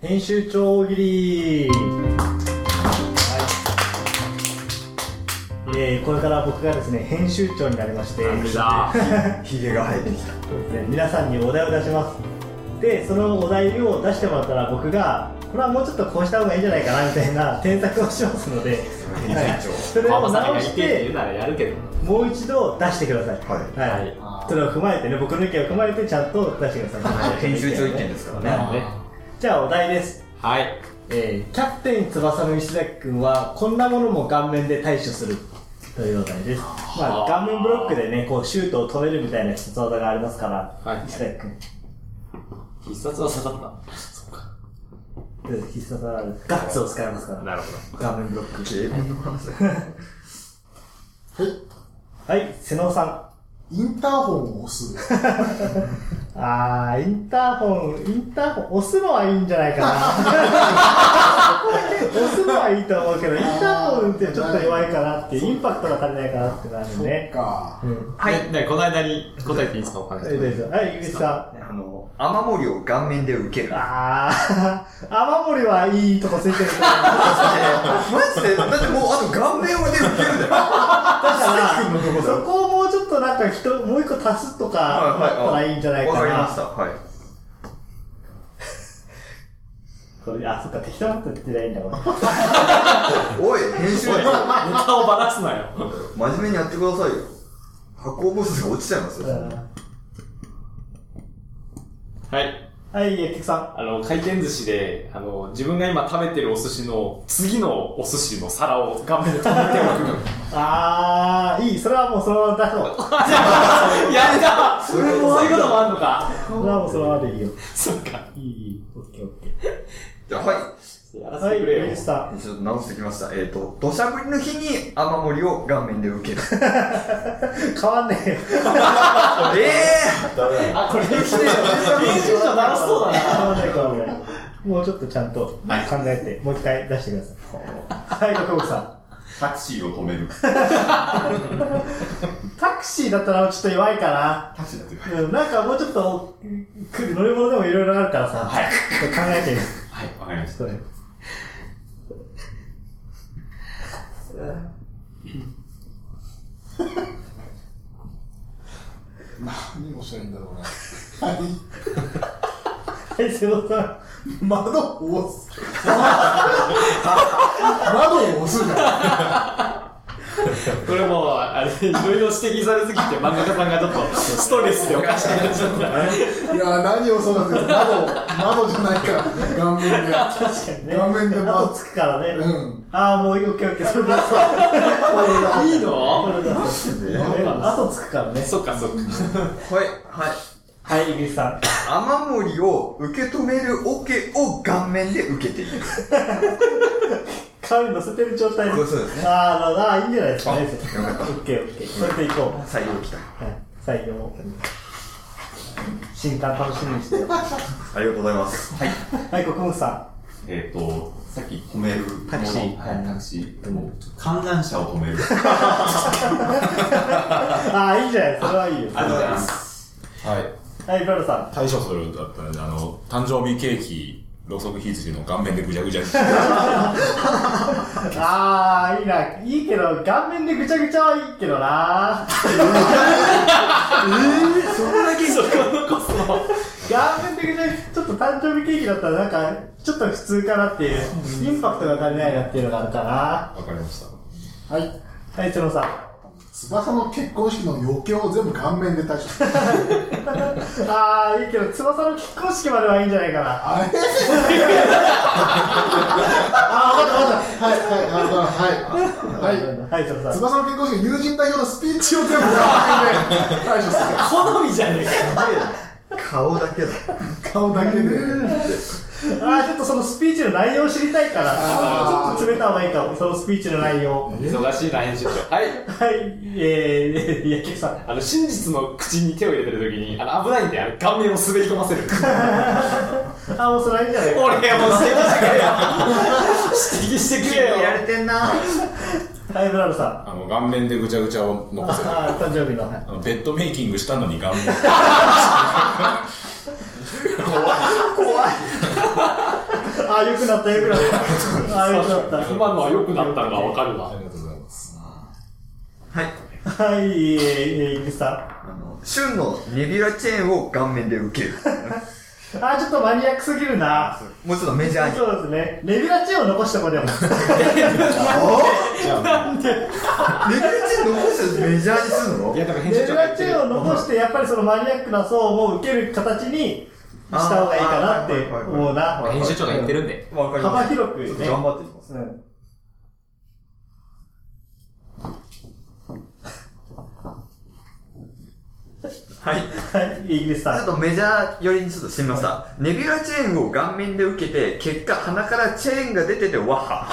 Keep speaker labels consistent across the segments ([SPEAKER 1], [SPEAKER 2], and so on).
[SPEAKER 1] 編集長大喜利、はいえーこれから僕がですね編集長になりまして
[SPEAKER 2] なんでだ
[SPEAKER 3] ヒゲが生えてきた
[SPEAKER 1] そうですね皆さんにお題を出しますでそのお題を出してもらったら僕がこれはもうちょっとこうした方がいいんじゃないかなみたい な添削をしますので、はい、それ
[SPEAKER 2] パ
[SPEAKER 1] を
[SPEAKER 2] パさん
[SPEAKER 1] 直
[SPEAKER 2] が言っ
[SPEAKER 1] して
[SPEAKER 2] って言
[SPEAKER 1] て
[SPEAKER 2] うならやるけど
[SPEAKER 1] もう一度出してください
[SPEAKER 3] はい
[SPEAKER 1] はいそれを踏まえてね僕の意見を踏まえてちゃんと出してください
[SPEAKER 3] 編集長意見ですからね
[SPEAKER 2] なるほどね
[SPEAKER 1] じゃあお題です
[SPEAKER 2] はい
[SPEAKER 1] えーキャプテン翼の石崎君はこんなものも顔面で対処するというお題です、まあ、
[SPEAKER 2] はあ
[SPEAKER 1] 顔面ブロックでねこうシュートを止めるみたいな必殺技がありますから、
[SPEAKER 2] はい
[SPEAKER 1] 石崎君
[SPEAKER 2] 必殺技だったそっか
[SPEAKER 1] 必殺技ですガッツを使いますから
[SPEAKER 2] なるほ
[SPEAKER 1] 顔面ブロック
[SPEAKER 3] 英語の話
[SPEAKER 1] はい瀬能さん
[SPEAKER 4] インターホンを押す。
[SPEAKER 1] あーインターホンインターホン押すのはいいんじゃないかな押すのはいいと思うけどインターホンってちょっと弱いかなっていうインパクトが足りないかなってなるね
[SPEAKER 4] か。
[SPEAKER 1] うん
[SPEAKER 2] どはいでこの間に答えていいですかお話
[SPEAKER 1] はい大丈夫はい井口さん
[SPEAKER 3] あの雨漏りを顔面で受け る
[SPEAKER 1] ああ、 雨漏りはいいとこついてると思う
[SPEAKER 3] マジでだってもうあと顔面をで受けるんだよ
[SPEAKER 1] だから、そこをもうちょっとなんか人、もう一個足すとか、だったらいいんじゃないかな。
[SPEAKER 3] わかりましたはい
[SPEAKER 1] これあ、そっか、適当なこと言ってないんだ、これ。
[SPEAKER 3] おい編集
[SPEAKER 2] おいネ
[SPEAKER 3] 長
[SPEAKER 2] タをばらすなよ
[SPEAKER 3] 真面目にやってくださいよ発行部数が落ちちゃいますよ
[SPEAKER 2] はい
[SPEAKER 1] はい、え、きさん。
[SPEAKER 2] あの回転寿司であの自分が今食べてるお寿司の次のお寿司の皿を顔面で止めておく
[SPEAKER 1] ああ、いい、それはもうそのまま出そう。
[SPEAKER 2] やった
[SPEAKER 3] そ
[SPEAKER 2] そう
[SPEAKER 3] れ
[SPEAKER 2] いう
[SPEAKER 3] も
[SPEAKER 2] こともあんのか
[SPEAKER 1] それはもうそのままでいいよ。
[SPEAKER 2] そっか
[SPEAKER 1] いい、いい。オッケーオッケー。
[SPEAKER 3] じゃあはい
[SPEAKER 2] やらせ
[SPEAKER 1] は
[SPEAKER 2] て
[SPEAKER 1] い、
[SPEAKER 2] くれよ、
[SPEAKER 1] え、きさん。
[SPEAKER 3] ちょっと直してきました。えっ、と、土砂降りの日に雨漏りを顔面で受ける。
[SPEAKER 1] 変わんねえよ。
[SPEAKER 3] え
[SPEAKER 2] あこれ編集長ならそうだな
[SPEAKER 1] 変わんない、変わんない。もうちょっとちゃんと考えて、もう一回出してください。はい、徳本さ ん。
[SPEAKER 5] タクシーを止める。
[SPEAKER 1] タクシーだったらちょっと弱いかな。
[SPEAKER 5] タクシーだと言われる。
[SPEAKER 1] うんなんかもうちょっとく乗り物でもいろいろあるからさ、
[SPEAKER 5] はい
[SPEAKER 1] ちょっと考えてみる。
[SPEAKER 5] はい、わかりまし
[SPEAKER 1] それ
[SPEAKER 4] 何をしたらいいんだろう な。
[SPEAKER 1] はい、瀬戸さん。
[SPEAKER 4] 窓を押す。窓を押すじゃん。
[SPEAKER 2] これもう、あれ、いろいろ指摘されすぎて、漫画家さんがちょっとストレスでおかしくなっちゃった。
[SPEAKER 4] いや、何をそうなんですよ。窓、窓じゃないから、顔面で。
[SPEAKER 1] 確かにね。
[SPEAKER 4] 画面で
[SPEAKER 1] 後つくからね。
[SPEAKER 4] うん。
[SPEAKER 1] ああ、もういい、オッケーオッケー、それだそう。
[SPEAKER 2] いいの
[SPEAKER 1] それだそう。
[SPEAKER 3] ー、
[SPEAKER 1] 後つくからね。
[SPEAKER 2] そっかそっか。
[SPEAKER 3] はい、はい。
[SPEAKER 1] はい、井口さん。
[SPEAKER 3] 雨漏りを受け止めるオケを顔面で受けている。
[SPEAKER 1] 顔に乗せてる状態
[SPEAKER 3] そうそうですね
[SPEAKER 1] あーなるほどあー、いいんじゃないですかね。
[SPEAKER 3] あよかった
[SPEAKER 1] オッケーオッケー。それでいこう。はい
[SPEAKER 3] 採用期待。
[SPEAKER 1] 採用。新刊楽しみにしてよ。は
[SPEAKER 3] ありがとうございます。はい。
[SPEAKER 1] い、国分さ
[SPEAKER 5] えっ、と、さっき止めるもの。
[SPEAKER 1] タクシー
[SPEAKER 5] はい、タクシー。でも、観覧車を止める。
[SPEAKER 1] ん。ああ、いいじゃない、それはいいよ。
[SPEAKER 5] ありがとうございます。はい。
[SPEAKER 1] はい、ブラルさん。
[SPEAKER 6] 対処するだったらね、あの、誕生日ケーキ、ろうそく火付けの顔面でぐちゃぐちゃにして
[SPEAKER 1] あー、いいな。いいけど、顔面でぐちゃぐちゃはいいけどな。
[SPEAKER 3] そこだけ
[SPEAKER 2] そこのこそ。
[SPEAKER 1] 顔面でぐちゃぐちゃ、ちょっと誕生日ケーキだったら、なんか、ちょっと普通かなっていう、インパクトが足りないなっていうのがあるか
[SPEAKER 6] わかりました。
[SPEAKER 4] はい。
[SPEAKER 1] な。はい、つのさん。
[SPEAKER 4] 翼の結婚式の余興を全部顔面で対処する。
[SPEAKER 1] あー、いいけど、翼の結婚式まではいいんじゃないかな。
[SPEAKER 4] あれあ、わかったわかった。はい、はい、はい、はい。
[SPEAKER 1] はい、つのさん。
[SPEAKER 4] 翼の結婚式の友人代表のスピーチを全部顔面で対処する。
[SPEAKER 2] 好みじゃねえか。
[SPEAKER 3] 顔だけだ。
[SPEAKER 4] 顔だけで。
[SPEAKER 1] あー、ちょっとそのスピーチの内容を知りたいから、ちょ
[SPEAKER 4] あ
[SPEAKER 1] っ
[SPEAKER 4] ー
[SPEAKER 1] と詰めた方がいいかも、そのスピーチの内容。
[SPEAKER 2] 忙しいな、編集長。はい。
[SPEAKER 1] はい、えー、いや、きさん。
[SPEAKER 2] あの、真実の口に手を入れてるときに、あの、危ないんで、あの、顔面を滑り込ませる。
[SPEAKER 1] あー、もうそれはいいんじゃない
[SPEAKER 2] 俺、も
[SPEAKER 1] か
[SPEAKER 2] う指摘してくれよ。指摘してくれよ。
[SPEAKER 3] やれてんな。
[SPEAKER 1] な。はい、ブラルさん。
[SPEAKER 6] あの、顔面でぐちゃぐちゃを残せる。
[SPEAKER 1] あー、誕生日の。はい
[SPEAKER 6] あの、ベッドメイキングしたのに顔面。
[SPEAKER 3] 怖い。
[SPEAKER 1] あ、良くなった、良くなった。あ、良くなった。
[SPEAKER 2] 今のは良くなったのがわかるわ
[SPEAKER 6] あ。りがとうございます。
[SPEAKER 3] はい。
[SPEAKER 1] はい、えー、イグさ
[SPEAKER 3] あの、旬のネビュラチェーンを顔面で受ける。
[SPEAKER 1] ん。あ、ちょっとマニアックすぎるな。
[SPEAKER 3] もうちょっとメジャーに。
[SPEAKER 1] そうですね。レビュラチェーンを残しとこうでも。
[SPEAKER 3] ネビュラチェーン残してメジャーにするの
[SPEAKER 2] いや、だから
[SPEAKER 1] レ
[SPEAKER 2] 編
[SPEAKER 1] ビ
[SPEAKER 2] 集
[SPEAKER 1] ュ
[SPEAKER 2] 長が
[SPEAKER 1] ラ
[SPEAKER 2] 言
[SPEAKER 1] チ
[SPEAKER 2] って
[SPEAKER 1] ェ
[SPEAKER 2] る
[SPEAKER 1] ーンを残して、やっぱりそのマニアックな層も受ける形にした方がいいかなって思うな。
[SPEAKER 2] 編集長が言ってるんで。
[SPEAKER 3] わかりま
[SPEAKER 1] 幅
[SPEAKER 3] す。
[SPEAKER 1] 広くね
[SPEAKER 3] ちょっと頑張っていきます。
[SPEAKER 1] うん。
[SPEAKER 3] はい。
[SPEAKER 1] はい、イギリス
[SPEAKER 3] ちょ
[SPEAKER 1] さ
[SPEAKER 3] っ
[SPEAKER 1] ん。
[SPEAKER 3] とメジャー寄りにちょっとしてみました。ネビュラチェーンを顔面で受けて、結果鼻からチェーンが出ててわは。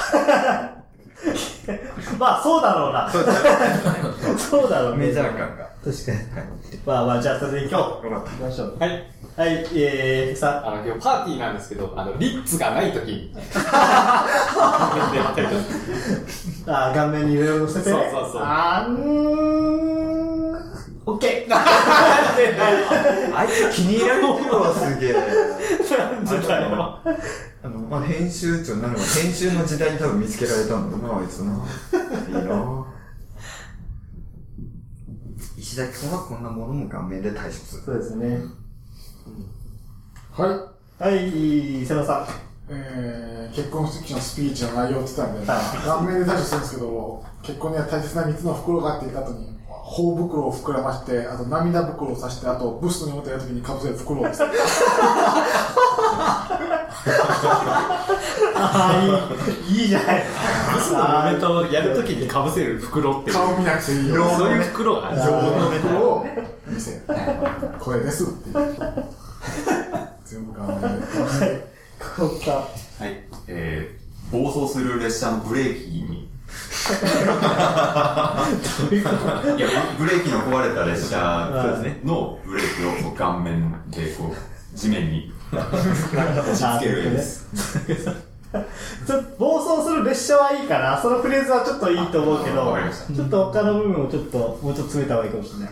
[SPEAKER 1] まあ、そうだろうな。そうだろうね
[SPEAKER 3] メジャー感が。
[SPEAKER 1] 確かに。まあまあ、じゃあ、それで今日、行きましょう。
[SPEAKER 2] はい。
[SPEAKER 1] はい、えー、さん。
[SPEAKER 2] あの、今日パーティーなんですけど、あの、リッツがないときに。
[SPEAKER 1] あー、顔面にいろいろ乗せてね。
[SPEAKER 2] そうそうそう
[SPEAKER 1] あー、うーん。オッケー。
[SPEAKER 3] あいつ気に入られてるわ、すげえ。
[SPEAKER 1] なんでだよ。
[SPEAKER 3] あの、まあ、編集長になるのは編集の時代に多分見つけられたんだな、あいつな。いいな石崎君はこんなものも顔面で対処する。
[SPEAKER 1] そうですね。
[SPEAKER 4] はい。
[SPEAKER 1] はい、瀬野さん。
[SPEAKER 4] えー、結婚式のスピーチの内容を言ってたんで、
[SPEAKER 1] はい
[SPEAKER 4] 顔面で対処するんですけど、結婚には大切な3つの袋があって、後に、頬袋を膨らまして、あと涙袋を刺して、あとブスの妹やるときにかぶせる袋を刺して、
[SPEAKER 1] あー、いい、いいじゃない。
[SPEAKER 2] ブスの嫁とやるときに被せる袋っていう。
[SPEAKER 4] 顔見なくていいよ。
[SPEAKER 2] そういう袋があるんですよ。
[SPEAKER 4] 袋を見せる。これですっていう。全部顔面で。
[SPEAKER 1] こうか。
[SPEAKER 5] はい。えー、暴走する列車のブレーキに。いや、ブレーキの壊れた列車のブレーキをこう顔面でこう、地面に打ち付ける絵です。
[SPEAKER 1] ちょっと暴走する列車はいいかな、そのフレーズはちょっといいと思うけ
[SPEAKER 5] あ
[SPEAKER 1] ど
[SPEAKER 5] わかりまし、
[SPEAKER 1] ちょっと他の部分をちょっと、もうちょっと詰めた方がいいかもしれない。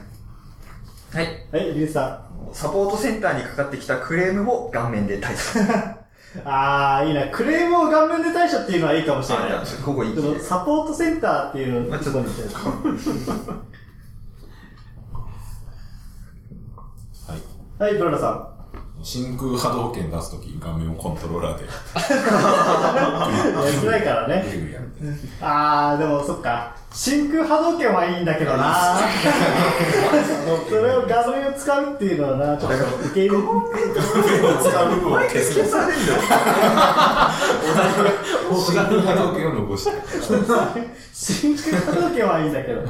[SPEAKER 3] はい。
[SPEAKER 1] はい、リリーさ
[SPEAKER 3] サポートセンターにかかってきたクレームも顔面で対処する。
[SPEAKER 1] ん。あー、いいな、クレームを顔面で対処っていうのはいいかもしれない。
[SPEAKER 3] あここいい
[SPEAKER 1] でもサポートセンターっていうの
[SPEAKER 3] ま
[SPEAKER 1] を
[SPEAKER 3] あち
[SPEAKER 1] ち
[SPEAKER 3] ょ
[SPEAKER 1] ょ
[SPEAKER 3] っ
[SPEAKER 1] っ
[SPEAKER 3] と
[SPEAKER 1] と見てる。
[SPEAKER 6] はい。
[SPEAKER 1] はい、ブララさ
[SPEAKER 6] 真空波動拳出すとき、画面をコントローラーで。
[SPEAKER 1] ん。やりづらいから
[SPEAKER 6] ぐ
[SPEAKER 1] ね。
[SPEAKER 6] るぐるやるみたいな
[SPEAKER 1] あー、でもそっか。真空波動拳はいいんだけどなそれを画面を使うっていうのはな、ちょっと受け入れ、
[SPEAKER 6] 使う部分を消す。
[SPEAKER 3] 消されるよ。
[SPEAKER 6] 真空波動拳を残して。
[SPEAKER 1] 真空波動拳はいいんだけど。は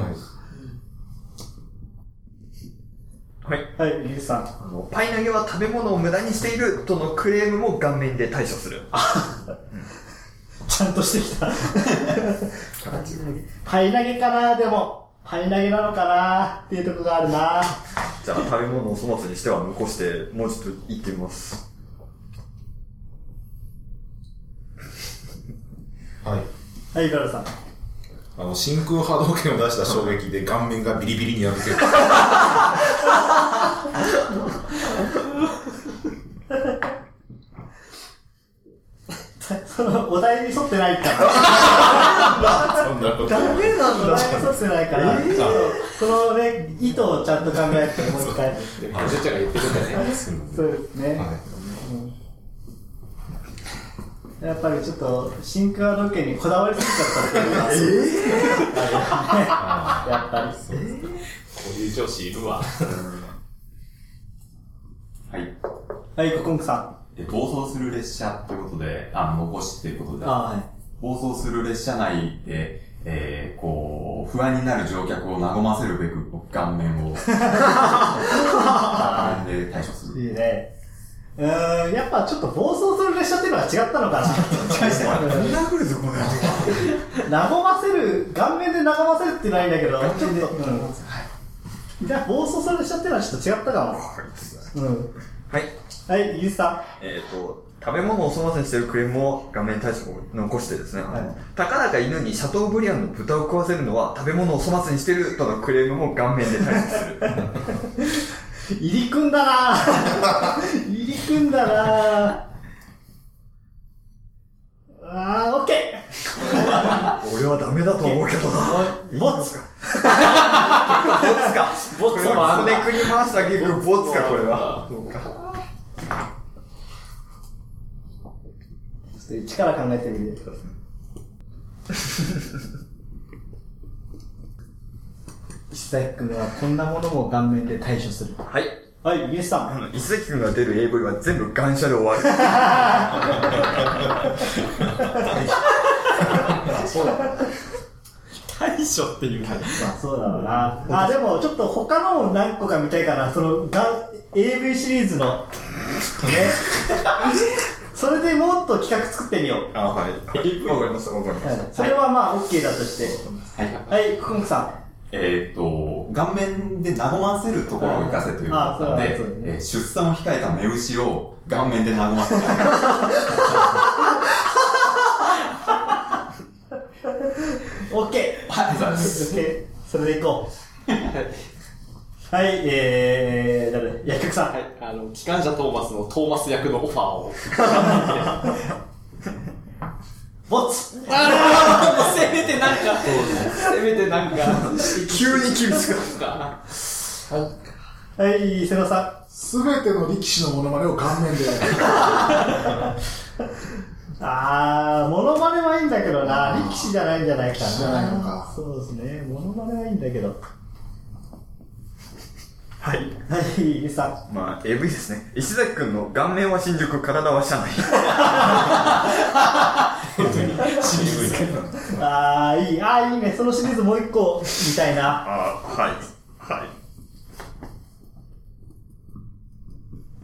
[SPEAKER 3] はい。
[SPEAKER 1] い、リリーさん。
[SPEAKER 3] あのパイ投げは食べ物を無駄にしているとのクレームも顔面で対処する。
[SPEAKER 1] ちゃんとしてきた。パイ投げかな、でも。パイ投げなのかなっていうとこがあるな。
[SPEAKER 3] じゃあ食べ物を粗末にしては残して、もうちょっと行ってみます。
[SPEAKER 6] はい。
[SPEAKER 1] はい、ガルさん。
[SPEAKER 6] あの、真空波動拳を出した衝撃で顔面がビリビリに破ける。
[SPEAKER 1] その、お題に沿ってないから。
[SPEAKER 6] そんなこと。
[SPEAKER 3] ダメなん
[SPEAKER 1] お題に沿ってないから。ちょっとこのね、意図をちゃんと考えて、もう一回。
[SPEAKER 2] 編集長が言ってるんだね。
[SPEAKER 6] するので
[SPEAKER 1] そうですね。
[SPEAKER 6] はい
[SPEAKER 1] やっぱりちょっと、真空波動拳にこだわりすぎちゃったっていうのが。やっぱり。
[SPEAKER 2] こういう上司いるわ。
[SPEAKER 5] はい。
[SPEAKER 1] はい、ココンクさん。
[SPEAKER 5] で暴走する列車ってことで、あ、残しっていうことで、
[SPEAKER 1] あ
[SPEAKER 5] 暴走する列車内で、えー、こう、不安になる乗客を和ませるべく、顔面を、顔面で対処す
[SPEAKER 1] い
[SPEAKER 5] る。
[SPEAKER 1] いね。うーん、やっぱちょっと暴走する列車っていうのは違ったのか な。違
[SPEAKER 3] 殴るぞ、これ。
[SPEAKER 1] 和ませる、顔面で和ませるっていうのはいいんだけど、ちょっと、うん。じゃあ、暴走する列車っていうのはちょっと違ったかも。うん。
[SPEAKER 3] はい。
[SPEAKER 1] はい、イギリスさ
[SPEAKER 3] えっ、と、食べ物を粗末にしてるクレームを顔面に対処残してですね、
[SPEAKER 1] はい
[SPEAKER 3] たかだか犬にシャトーブリアンの豚を食わせるのは食べ物を粗末にしてるとのクレームも顔面で対処する。
[SPEAKER 1] ん。入り 組んだなぁ。入り組んだなぁ。
[SPEAKER 7] 俺はダメだと思うけ どな。
[SPEAKER 1] ボツか
[SPEAKER 3] ツか。ボツもあんねくり回した結局ボツか、これは。
[SPEAKER 1] ちょっと一から考えてみて。石崎君はこんなものも顔面で対処する。
[SPEAKER 3] はい。
[SPEAKER 1] はい、イエスさ
[SPEAKER 3] あ
[SPEAKER 1] ん。
[SPEAKER 3] の、石崎くんが出る AV は全部ガンシャで終わる。
[SPEAKER 2] 対処っていうか。
[SPEAKER 1] まあそうだろうな。あ、でもちょっと他のも何個か見たいかな。その、が AV シリーズ の。ね。それでもっと企画作ってみよう。
[SPEAKER 3] あ、はい。 わかりました、わかりま
[SPEAKER 1] はい
[SPEAKER 3] し
[SPEAKER 1] それはまあ OK だとして。はい、コンクさ
[SPEAKER 5] えーっと、顔面で和ませるところを生かせという
[SPEAKER 1] あ
[SPEAKER 5] ことで
[SPEAKER 1] そうだそう、だ
[SPEAKER 5] えー出産を控えた目牛を顔面で和ませる。
[SPEAKER 1] ん。OK!
[SPEAKER 5] はい、そうです。
[SPEAKER 1] OK。それでいこう。はい、えー、誰薬局さん。
[SPEAKER 2] はい、あの、機関車トーマスのトーマス役のオファーを。
[SPEAKER 1] ボツ
[SPEAKER 2] あーせめてなんか、せめてなんか、急に厳しくなっ
[SPEAKER 1] はい、瀬野さ
[SPEAKER 4] すべての力士のモノマネを顔面でやる。
[SPEAKER 1] ん。あー、モノマネはいいんだけどな、力士じゃないんじゃないかな。
[SPEAKER 4] 士じゃないのか
[SPEAKER 1] そうですね、モノマネはいいんだけど。はい。はい、リさん。
[SPEAKER 3] た。まあ、AV ですね。石崎くんの顔面は新宿、体は車内。
[SPEAKER 1] あー、いい。あー、いいね。そのシリーズもう一個見たいな。
[SPEAKER 3] あ、はい。は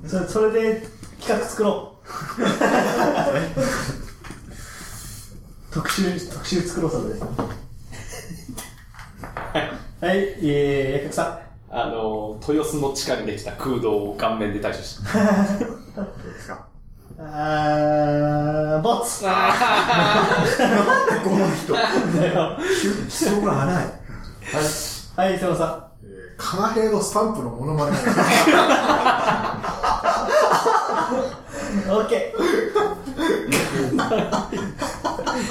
[SPEAKER 3] い。
[SPEAKER 1] それそれで企画作ろう特集特集作ろうそれではい、えー、役者さん
[SPEAKER 2] たな。あの、豊洲の地下にできた空洞を顔面で対処した。
[SPEAKER 1] あーボツ
[SPEAKER 3] 気象が荒い。
[SPEAKER 1] はい瀬野さ
[SPEAKER 4] カナヘイのスタンプのモノマネをやる。
[SPEAKER 1] ん OK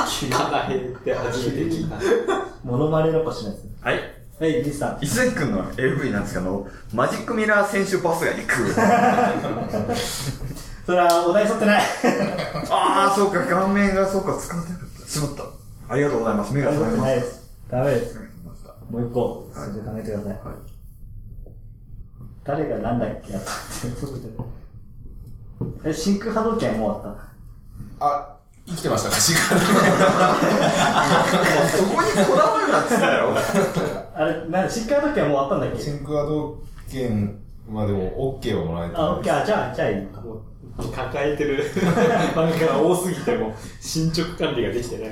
[SPEAKER 2] 聞かないって初めて聞いた。
[SPEAKER 1] モノマネ残しのやつ
[SPEAKER 3] はい。
[SPEAKER 1] はいリスさん
[SPEAKER 3] 石崎くんの AV なんですけど、マジックミラー選手パスが行く。
[SPEAKER 1] それはお題沿ってない
[SPEAKER 3] ああ、そうか、顔面が、そうか、使ってなかった。しまった。ありがとうございます。目 が
[SPEAKER 1] お題沿っ
[SPEAKER 3] 覚め
[SPEAKER 1] て
[SPEAKER 3] ま
[SPEAKER 1] ない
[SPEAKER 3] す。
[SPEAKER 1] ですダメですもう一個それで考えてください、誰がなんだっけやったってえ真空波動拳はもう終わった
[SPEAKER 6] あ、生きてましたか、時間。
[SPEAKER 3] そこにこだわるなって言ったよ。
[SPEAKER 1] あれ、な、新海時はもうあったんだっけ
[SPEAKER 8] 真空波動拳までも OK はもらえて
[SPEAKER 1] あ、
[SPEAKER 8] な
[SPEAKER 1] オッ
[SPEAKER 8] い
[SPEAKER 1] ケー、あじゃあ、じゃあいいか。
[SPEAKER 2] もう抱えてる漫画が多すぎても、進捗管理ができてない。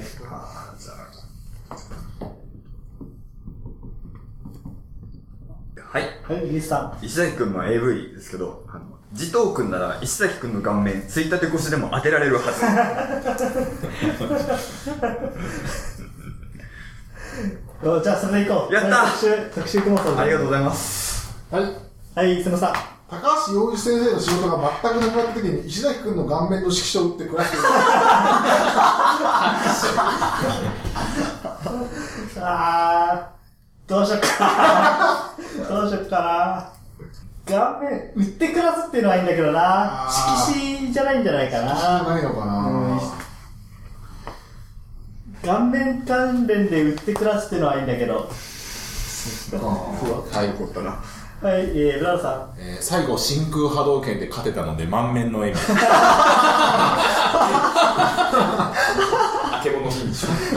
[SPEAKER 3] はい。
[SPEAKER 1] はい、リリーさ
[SPEAKER 3] 石崎くんの AV ですけど、あの、慈瞳くんなら石崎くんの顔面、ついたて越しでも当てられるはず。
[SPEAKER 1] ん。おじゃあ、それでいこう。
[SPEAKER 3] やった
[SPEAKER 1] 特集、特集クモソン
[SPEAKER 3] ありがとうご
[SPEAKER 1] い
[SPEAKER 3] ざいます。
[SPEAKER 4] はい。
[SPEAKER 1] ます。はい、すみません。
[SPEAKER 4] 高橋洋一先生の仕事が全くなくなった時に石崎君の顔面の色紙を打って暮らしてる
[SPEAKER 1] あー、どうしよっかな。どうしよっかな。顔面、売って暮らすっていうのはいいんだけどな。
[SPEAKER 4] あー
[SPEAKER 1] 色紙じゃないんじゃないか
[SPEAKER 4] あ
[SPEAKER 1] な。
[SPEAKER 4] ないのかな、
[SPEAKER 1] 顔面関連で売って暮らすっていうのはいいんだけど。
[SPEAKER 6] はい、怒ったな。
[SPEAKER 1] はい、えー、ブラウンさん。
[SPEAKER 6] えー最後、真空波動拳で勝てたので、満面の笑み。
[SPEAKER 2] あけぼの品種。
[SPEAKER 4] サッ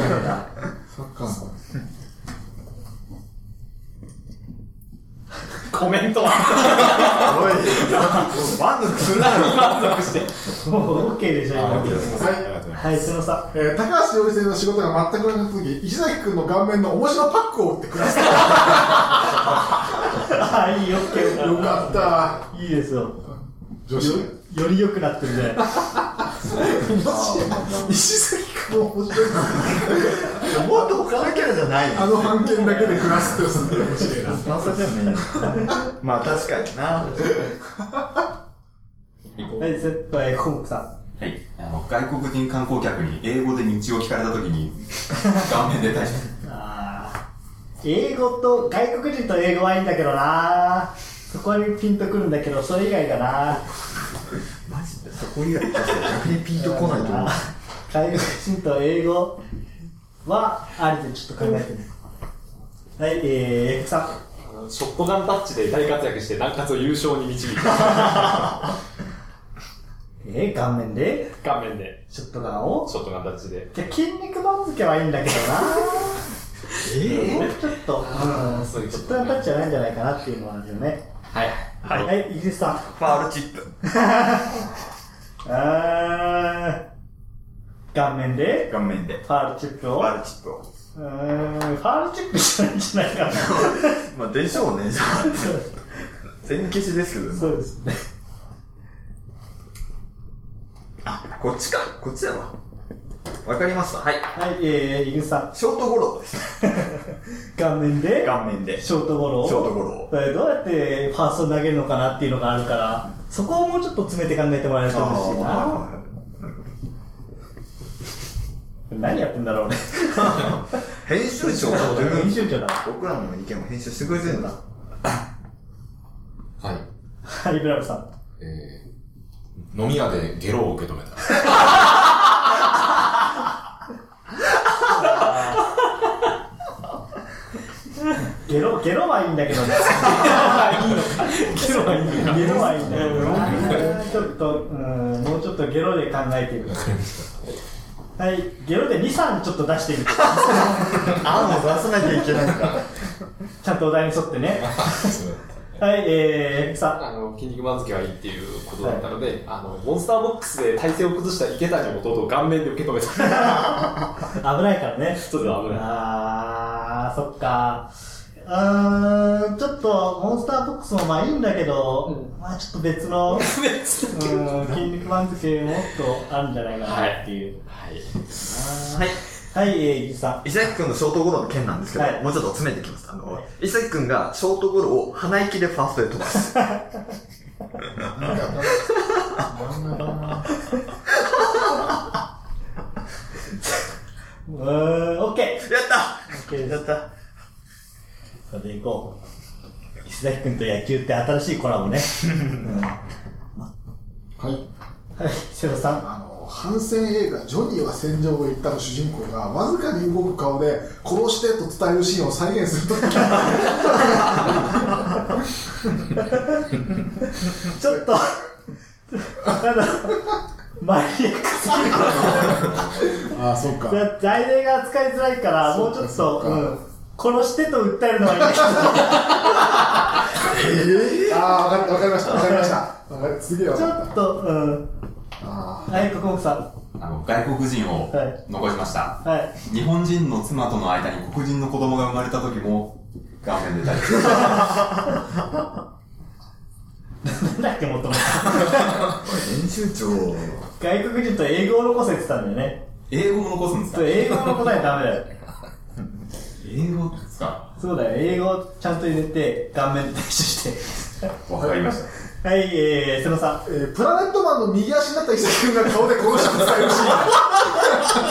[SPEAKER 4] カーの
[SPEAKER 2] コメントは
[SPEAKER 3] おい、満足するなよ。
[SPEAKER 2] 満足して。
[SPEAKER 1] もう OK でしょ、今。
[SPEAKER 4] はい
[SPEAKER 1] はい、すみません。
[SPEAKER 4] えー高橋洋一先生の仕事が全くなくなった時石崎君の顔面の面白パックを打って暮らしてる
[SPEAKER 1] あー、いい、OK。
[SPEAKER 4] よか
[SPEAKER 1] いいですよ。
[SPEAKER 4] った女子
[SPEAKER 1] よより良くなってるね。
[SPEAKER 4] 石崎君面白い
[SPEAKER 7] もっと他のキャラじゃない
[SPEAKER 4] あの判件だけで暮らすってすごい面白いな
[SPEAKER 3] まさじゃねえまあ確かにな。
[SPEAKER 1] はい、先輩、コンクさん。
[SPEAKER 5] はい。え外国人観光客に英語で道を聞かれたときに、 顔面で対して、
[SPEAKER 1] あー英語と外国人と英語はいいんだけどなそこにピンとくるんだけどそれ以外がな
[SPEAKER 7] マジでそこ以外だと逆にピンとこないと思う。
[SPEAKER 1] 外国人と英語はあれでちょっと考えてねはいえー、F さ
[SPEAKER 2] ショットガンタッチで大活躍して、南葛を優勝に導いた。
[SPEAKER 1] んえー、顔面で
[SPEAKER 2] 顔面で、
[SPEAKER 1] ショットガンを
[SPEAKER 2] ショットガンタッチで。
[SPEAKER 1] じゃあ筋肉番付はいいんだけどなえもうちょっと、うん、
[SPEAKER 2] そういうこと
[SPEAKER 1] ショットガンタッチじゃないんじゃないかなっていうのはあるよね
[SPEAKER 2] はい。
[SPEAKER 1] はい、イギリスさん
[SPEAKER 3] ファールチップ。
[SPEAKER 1] あー顔面で
[SPEAKER 3] 顔面で。
[SPEAKER 1] ファールチップ
[SPEAKER 3] フ
[SPEAKER 1] を
[SPEAKER 3] ァールチップを。
[SPEAKER 1] うーんファールチップじゃないんじゃないか
[SPEAKER 3] まあ、でしょうね、 じゃあ。
[SPEAKER 1] な。
[SPEAKER 3] 全消しですけどね。
[SPEAKER 1] そうですね。
[SPEAKER 3] こっちか。こっちだわ。わかりました。はい。
[SPEAKER 1] はい、えー、イグさ
[SPEAKER 3] ショートゴロです。
[SPEAKER 1] ん、顔面で、
[SPEAKER 3] 顔面で。シ
[SPEAKER 1] ショートボロを、
[SPEAKER 3] ョートゴロを。
[SPEAKER 1] えーどうやってファーストに投げるのかなっていうのがあるから、そこをもうちょっと詰めて考えてもらえると嬉しいな。何やってんだろうね。
[SPEAKER 3] 編集長が
[SPEAKER 1] 編集長だ。
[SPEAKER 3] 僕らの意見も編集してくれてるんだ。
[SPEAKER 6] はい。
[SPEAKER 1] はい、ブラブさん。
[SPEAKER 6] えー、飲み屋でゲロを受け止めた。
[SPEAKER 1] ゲロ、ゲロはいいんだけどね。
[SPEAKER 2] ゲロはいいのか。
[SPEAKER 1] ゲロはいいんだけどな。ちょっと、うん、もうちょっとゲロで考えてみる。はい、ゲロで2、3ちょっと出してみて。
[SPEAKER 7] 案を出さなきゃいけないから。
[SPEAKER 1] ちゃんとお題に沿ってね。はい、えー、さ
[SPEAKER 2] あの筋肉番付はいいっていうことだったので、あのモンスターボックスで体勢を崩した池谷もとうとう顔面で受け止めた
[SPEAKER 1] あ、危ないからね。
[SPEAKER 2] そうだ危ない
[SPEAKER 1] あー、そっか。うーん、ちょっと、モンスターボックスもまあいいんだけど、まあちょっと別 の、うん、筋肉番付もっとあるんじゃないかなっていう。
[SPEAKER 2] はい
[SPEAKER 3] はい。
[SPEAKER 1] はい、えー、伊木さ
[SPEAKER 3] 石崎くんのショートゴロの件なんですけど、
[SPEAKER 1] はい
[SPEAKER 3] もうちょっと詰めてきます。あの、石崎くんがショートゴロを鼻息でファーストで飛ばす。
[SPEAKER 1] ん。うーん、オッケー
[SPEAKER 3] やった
[SPEAKER 1] オッケー、だった。それでいこう。石崎くんと野球って新しいコラボね。うん、は
[SPEAKER 4] はい
[SPEAKER 1] い、瀬戸さん。
[SPEAKER 4] あの反戦映画「ジョニーは戦場を行った」の主人公がわずかに動く顔で「殺して」と伝えるシーンを再現するとき
[SPEAKER 1] ちょっと、あの、マニアックすぎる。
[SPEAKER 4] ああそうか
[SPEAKER 1] だ罪名が扱いづらいから、もうちょっ
[SPEAKER 4] そ
[SPEAKER 1] と、
[SPEAKER 4] うか
[SPEAKER 1] うん、殺してと訴えるのはいいんだけど
[SPEAKER 4] ああ分かわかりました分かりま したわかりすげえ分
[SPEAKER 1] ちょ
[SPEAKER 4] かっ
[SPEAKER 1] っと、うん。
[SPEAKER 4] たあ
[SPEAKER 1] はい、ここさん。
[SPEAKER 5] あの外国人を
[SPEAKER 1] はい
[SPEAKER 5] 残しました。
[SPEAKER 1] はい。
[SPEAKER 5] 日本人の妻との間に黒人の子供が生まれた時も、顔面で対して、
[SPEAKER 1] なんだっけ、もともと。
[SPEAKER 3] 編集長。
[SPEAKER 1] 外国人と英語を残せって言ったんだよね。
[SPEAKER 5] 英語も残すんです
[SPEAKER 1] そ
[SPEAKER 5] か
[SPEAKER 1] れ英語の答えダメだよ。
[SPEAKER 5] 英語ですか
[SPEAKER 1] そうだよ、英語をちゃんと入れて、顔面で対処して。
[SPEAKER 5] わかりました。
[SPEAKER 1] はい、えー、瀬野さん。
[SPEAKER 4] ーえープラネットマンの右足になった石田君が顔で殺して伝えるシーン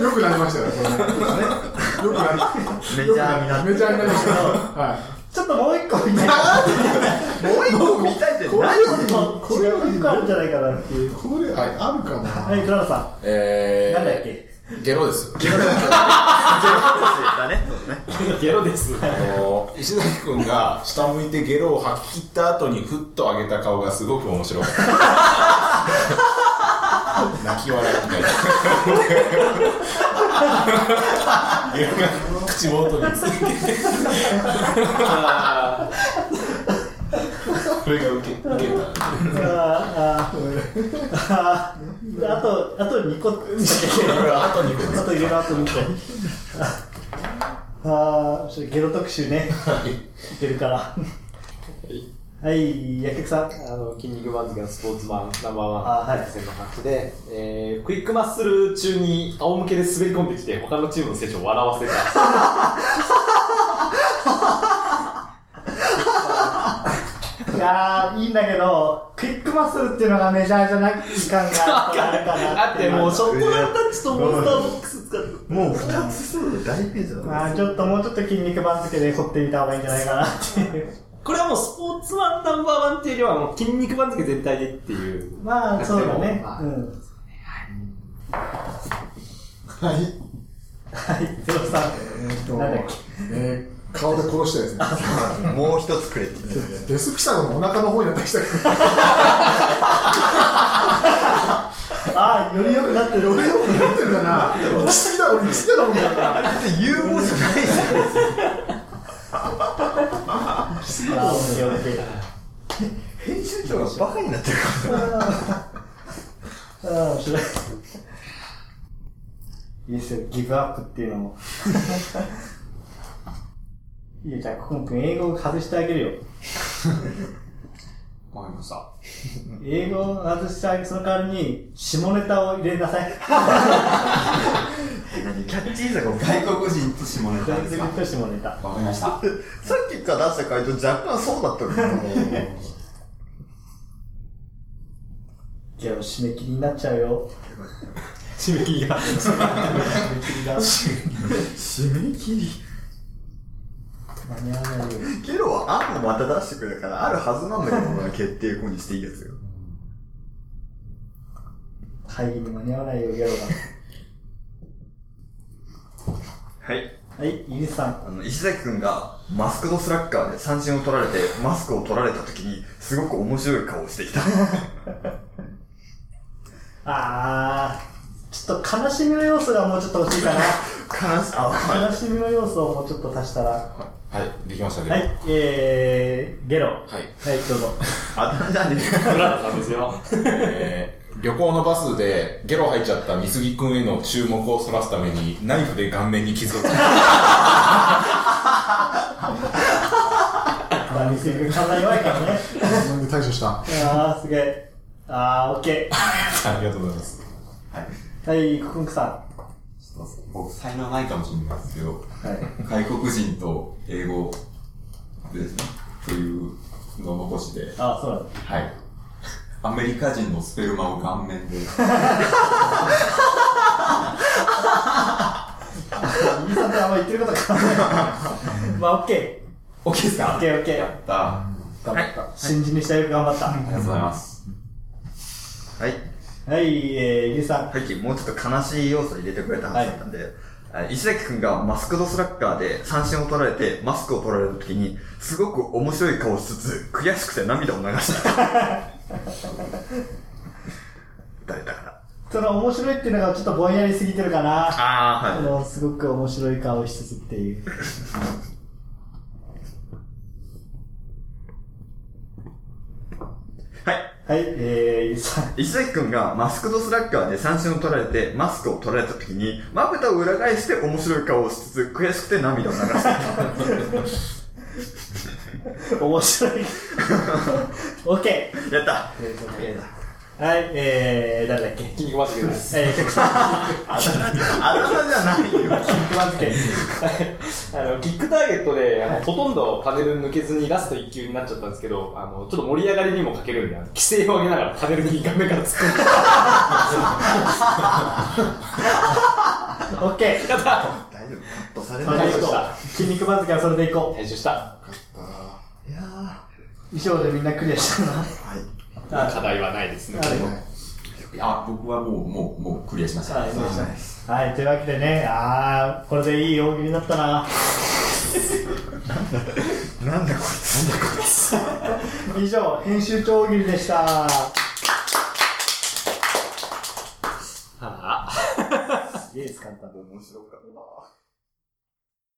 [SPEAKER 4] よくなりましたよね、これね。よくなり
[SPEAKER 3] メジャーになって
[SPEAKER 4] メジャーになりました。は
[SPEAKER 1] ちょっともう一個見たい。
[SPEAKER 3] もう一個見たいって
[SPEAKER 4] い。これ
[SPEAKER 3] 何
[SPEAKER 4] よりも、
[SPEAKER 1] こ
[SPEAKER 4] これ
[SPEAKER 1] れ
[SPEAKER 4] よ
[SPEAKER 1] もう
[SPEAKER 4] り
[SPEAKER 1] 一個あ
[SPEAKER 4] も
[SPEAKER 1] るんじゃないかなっていう。
[SPEAKER 4] これ、はい、あるかな。
[SPEAKER 1] はい、倉田さん。
[SPEAKER 6] えー、
[SPEAKER 1] なんだっけ
[SPEAKER 6] ゲロです。
[SPEAKER 3] だね。
[SPEAKER 2] ゲロです
[SPEAKER 6] あの石崎くんが下向いてゲロを吐き切った後にふっと上げた顔がすごく面白か った。泣き笑いみたい な。ゲロが口元についてて。これが受け受けた。
[SPEAKER 1] あーあーあと、あと2個。あと2個。あと入れるあと2個。ああ、ちょっとゲロ特集ね。いけるから。はい、薬局さん。
[SPEAKER 2] あの筋肉番付のスポーツマンナンバーワン
[SPEAKER 1] あはい
[SPEAKER 2] 対戦の話で、えークイックマッスル中に仰向けで滑り込んできて他のチームの選手を笑わせた
[SPEAKER 1] あやー、いいんだけど、クイックマッスルっていうのがメジャーじゃない感があるかな っ
[SPEAKER 2] だって
[SPEAKER 1] いう
[SPEAKER 2] て
[SPEAKER 1] の
[SPEAKER 2] も
[SPEAKER 1] は
[SPEAKER 2] うショットガンタッチとモンスターボックス使って
[SPEAKER 3] もう二つする大ピンチだ
[SPEAKER 1] まあちょっともうちょっと筋肉番付で掘ってみた方がいいんじゃないかなっていう。
[SPEAKER 2] これはもうスポーツマンナンバーワンっていうよりはもう筋肉番付全体でっていう
[SPEAKER 1] まあそうだね。
[SPEAKER 2] まあ
[SPEAKER 1] うん。
[SPEAKER 4] は
[SPEAKER 1] は
[SPEAKER 4] い。
[SPEAKER 1] い、ゼロさ
[SPEAKER 4] えーっと
[SPEAKER 1] なんだっけ、
[SPEAKER 4] えー顔で殺したやつね。
[SPEAKER 3] もう一つくれって言って
[SPEAKER 4] デスピサロのお腹の方になってきたけど、
[SPEAKER 1] ん。ああ、より良くなってる。
[SPEAKER 4] 俺よくなってるかな。俺好きだ、俺好きだもん だから。
[SPEAKER 3] 言うもんじゃないじゃん
[SPEAKER 1] ああ、オッケーオッケー
[SPEAKER 3] 編集長がバカになってるか
[SPEAKER 1] ああ、面白い。いいですよ、ギブアップっていうのも。 いいよ、じゃあ、ココン君、英語を外してあげるよ。
[SPEAKER 5] わかりました。
[SPEAKER 1] 英語を外してあげる、その代わりに、下ネタを入れなさい。
[SPEAKER 3] らキャッチーさが
[SPEAKER 5] 外国人と下ネタ
[SPEAKER 1] 全
[SPEAKER 5] です
[SPEAKER 1] 然
[SPEAKER 5] か
[SPEAKER 1] 言と下ネタ。
[SPEAKER 5] わかりました。
[SPEAKER 3] さっきから出した回答若 干そうだったのね
[SPEAKER 1] じゃあ、締め切りになっちゃうよ。
[SPEAKER 2] 締め切りが
[SPEAKER 3] 締め切り
[SPEAKER 1] 間に合わないよ。
[SPEAKER 3] ゲロは案をまた出してくれるからあるはずなんだけどな決定後にしていいやつよ
[SPEAKER 1] 会議に間に合わないよ、ギャロ
[SPEAKER 9] はい。
[SPEAKER 1] が。はい、イリスさん。
[SPEAKER 3] あの石崎君がマスクドスラッガーで三振を取られてマスクを取られた時にすごく面白い顔をしていた
[SPEAKER 1] あー、ちょっと悲しみの要素がもうちょっと欲しいかな。
[SPEAKER 3] 悲しあはい
[SPEAKER 1] 悲しみの要素をもうちょっと足したら。
[SPEAKER 6] はい、できましたけど。
[SPEAKER 1] はい、えー、ゲロ。はいはい、どうぞ。
[SPEAKER 3] あだ名じゃ ねえ
[SPEAKER 2] ブラだったんですよ
[SPEAKER 6] えー旅行のバスでゲロ入っちゃった美杉君への注目をそらすためにナイフで顔面に傷をつけた
[SPEAKER 1] まあ、ミスリ君体弱いからね。
[SPEAKER 4] なんで対処した
[SPEAKER 1] あー、すげえ。あー、オッケ
[SPEAKER 6] ありがとうございます
[SPEAKER 1] ー。はい、コクンクさ
[SPEAKER 5] ちょっと僕、才能ないかもしれないですけど、
[SPEAKER 1] ん。はい。
[SPEAKER 5] 外国人と英語ですね、というのを残して、
[SPEAKER 1] あー、そうなんだ。
[SPEAKER 5] はい。アメリカ人のスペルマを顔面で。
[SPEAKER 1] イリスさんってあんま言ってること変わらない。まあ、オッケ
[SPEAKER 5] オッケーです
[SPEAKER 1] ー。オ
[SPEAKER 5] か
[SPEAKER 1] ッケー、オッケー。
[SPEAKER 5] だあ
[SPEAKER 1] 頑張った。新人にしてよく頑張
[SPEAKER 5] り
[SPEAKER 1] っ
[SPEAKER 5] がとうございます。
[SPEAKER 3] はい
[SPEAKER 1] た。はい、えー、イリスさん。
[SPEAKER 3] さっきもうちょっと悲しい要素入れてくれた話だったんで、あ石崎くんがマスクドスラッガーで三振を取られて、マスクを取られた時に、すごく面白い顔しつつ、悔しくて涙を流 した。誰だから。
[SPEAKER 1] その面白いっていうのがちょっとぼんやりすぎてるかな。
[SPEAKER 3] あ
[SPEAKER 1] あ
[SPEAKER 3] ー、はい。
[SPEAKER 1] の、すごく面白い顔しつつっていう。
[SPEAKER 3] はい。
[SPEAKER 1] はい、えー、イリスさん。
[SPEAKER 3] 石崎くんがマスクドスラッガーで三振を取られて、マスクを取られた時に、まぶたを裏返して面白い顔をしつつ、悔しくて涙を流 した。
[SPEAKER 1] 面白い。 オッケー。
[SPEAKER 3] やった
[SPEAKER 1] はい、えー、誰だっけ
[SPEAKER 2] 筋肉番付です
[SPEAKER 1] えー、結構、
[SPEAKER 3] あだ名じゃないよ。
[SPEAKER 1] 聞きますけど。
[SPEAKER 2] あのキックターゲットであのほとんどパネル抜けずにラスト1球になっちゃったんですけどあのちょっと盛り上がりにも欠けるんであの規制を上げながらパネルに画面から突っ込んで
[SPEAKER 1] オッケー。
[SPEAKER 3] 大丈夫。カットされ
[SPEAKER 1] それ
[SPEAKER 3] ない
[SPEAKER 1] でいこう。筋肉番付はそれでいこ
[SPEAKER 2] 退場した
[SPEAKER 3] いや
[SPEAKER 1] う。
[SPEAKER 3] ー。
[SPEAKER 1] 衣装でみんなクリアしたな。
[SPEAKER 2] 課題はないですね
[SPEAKER 5] あ、僕はもう、もう、もうクリアしました。
[SPEAKER 1] はいクリアしまはい、というわけでね、あー、これでいい大喜利だったな。
[SPEAKER 3] なんだこ
[SPEAKER 1] 以上、編集長大喜利でした。
[SPEAKER 2] はあ
[SPEAKER 1] すげえ簡単だ。面白かった。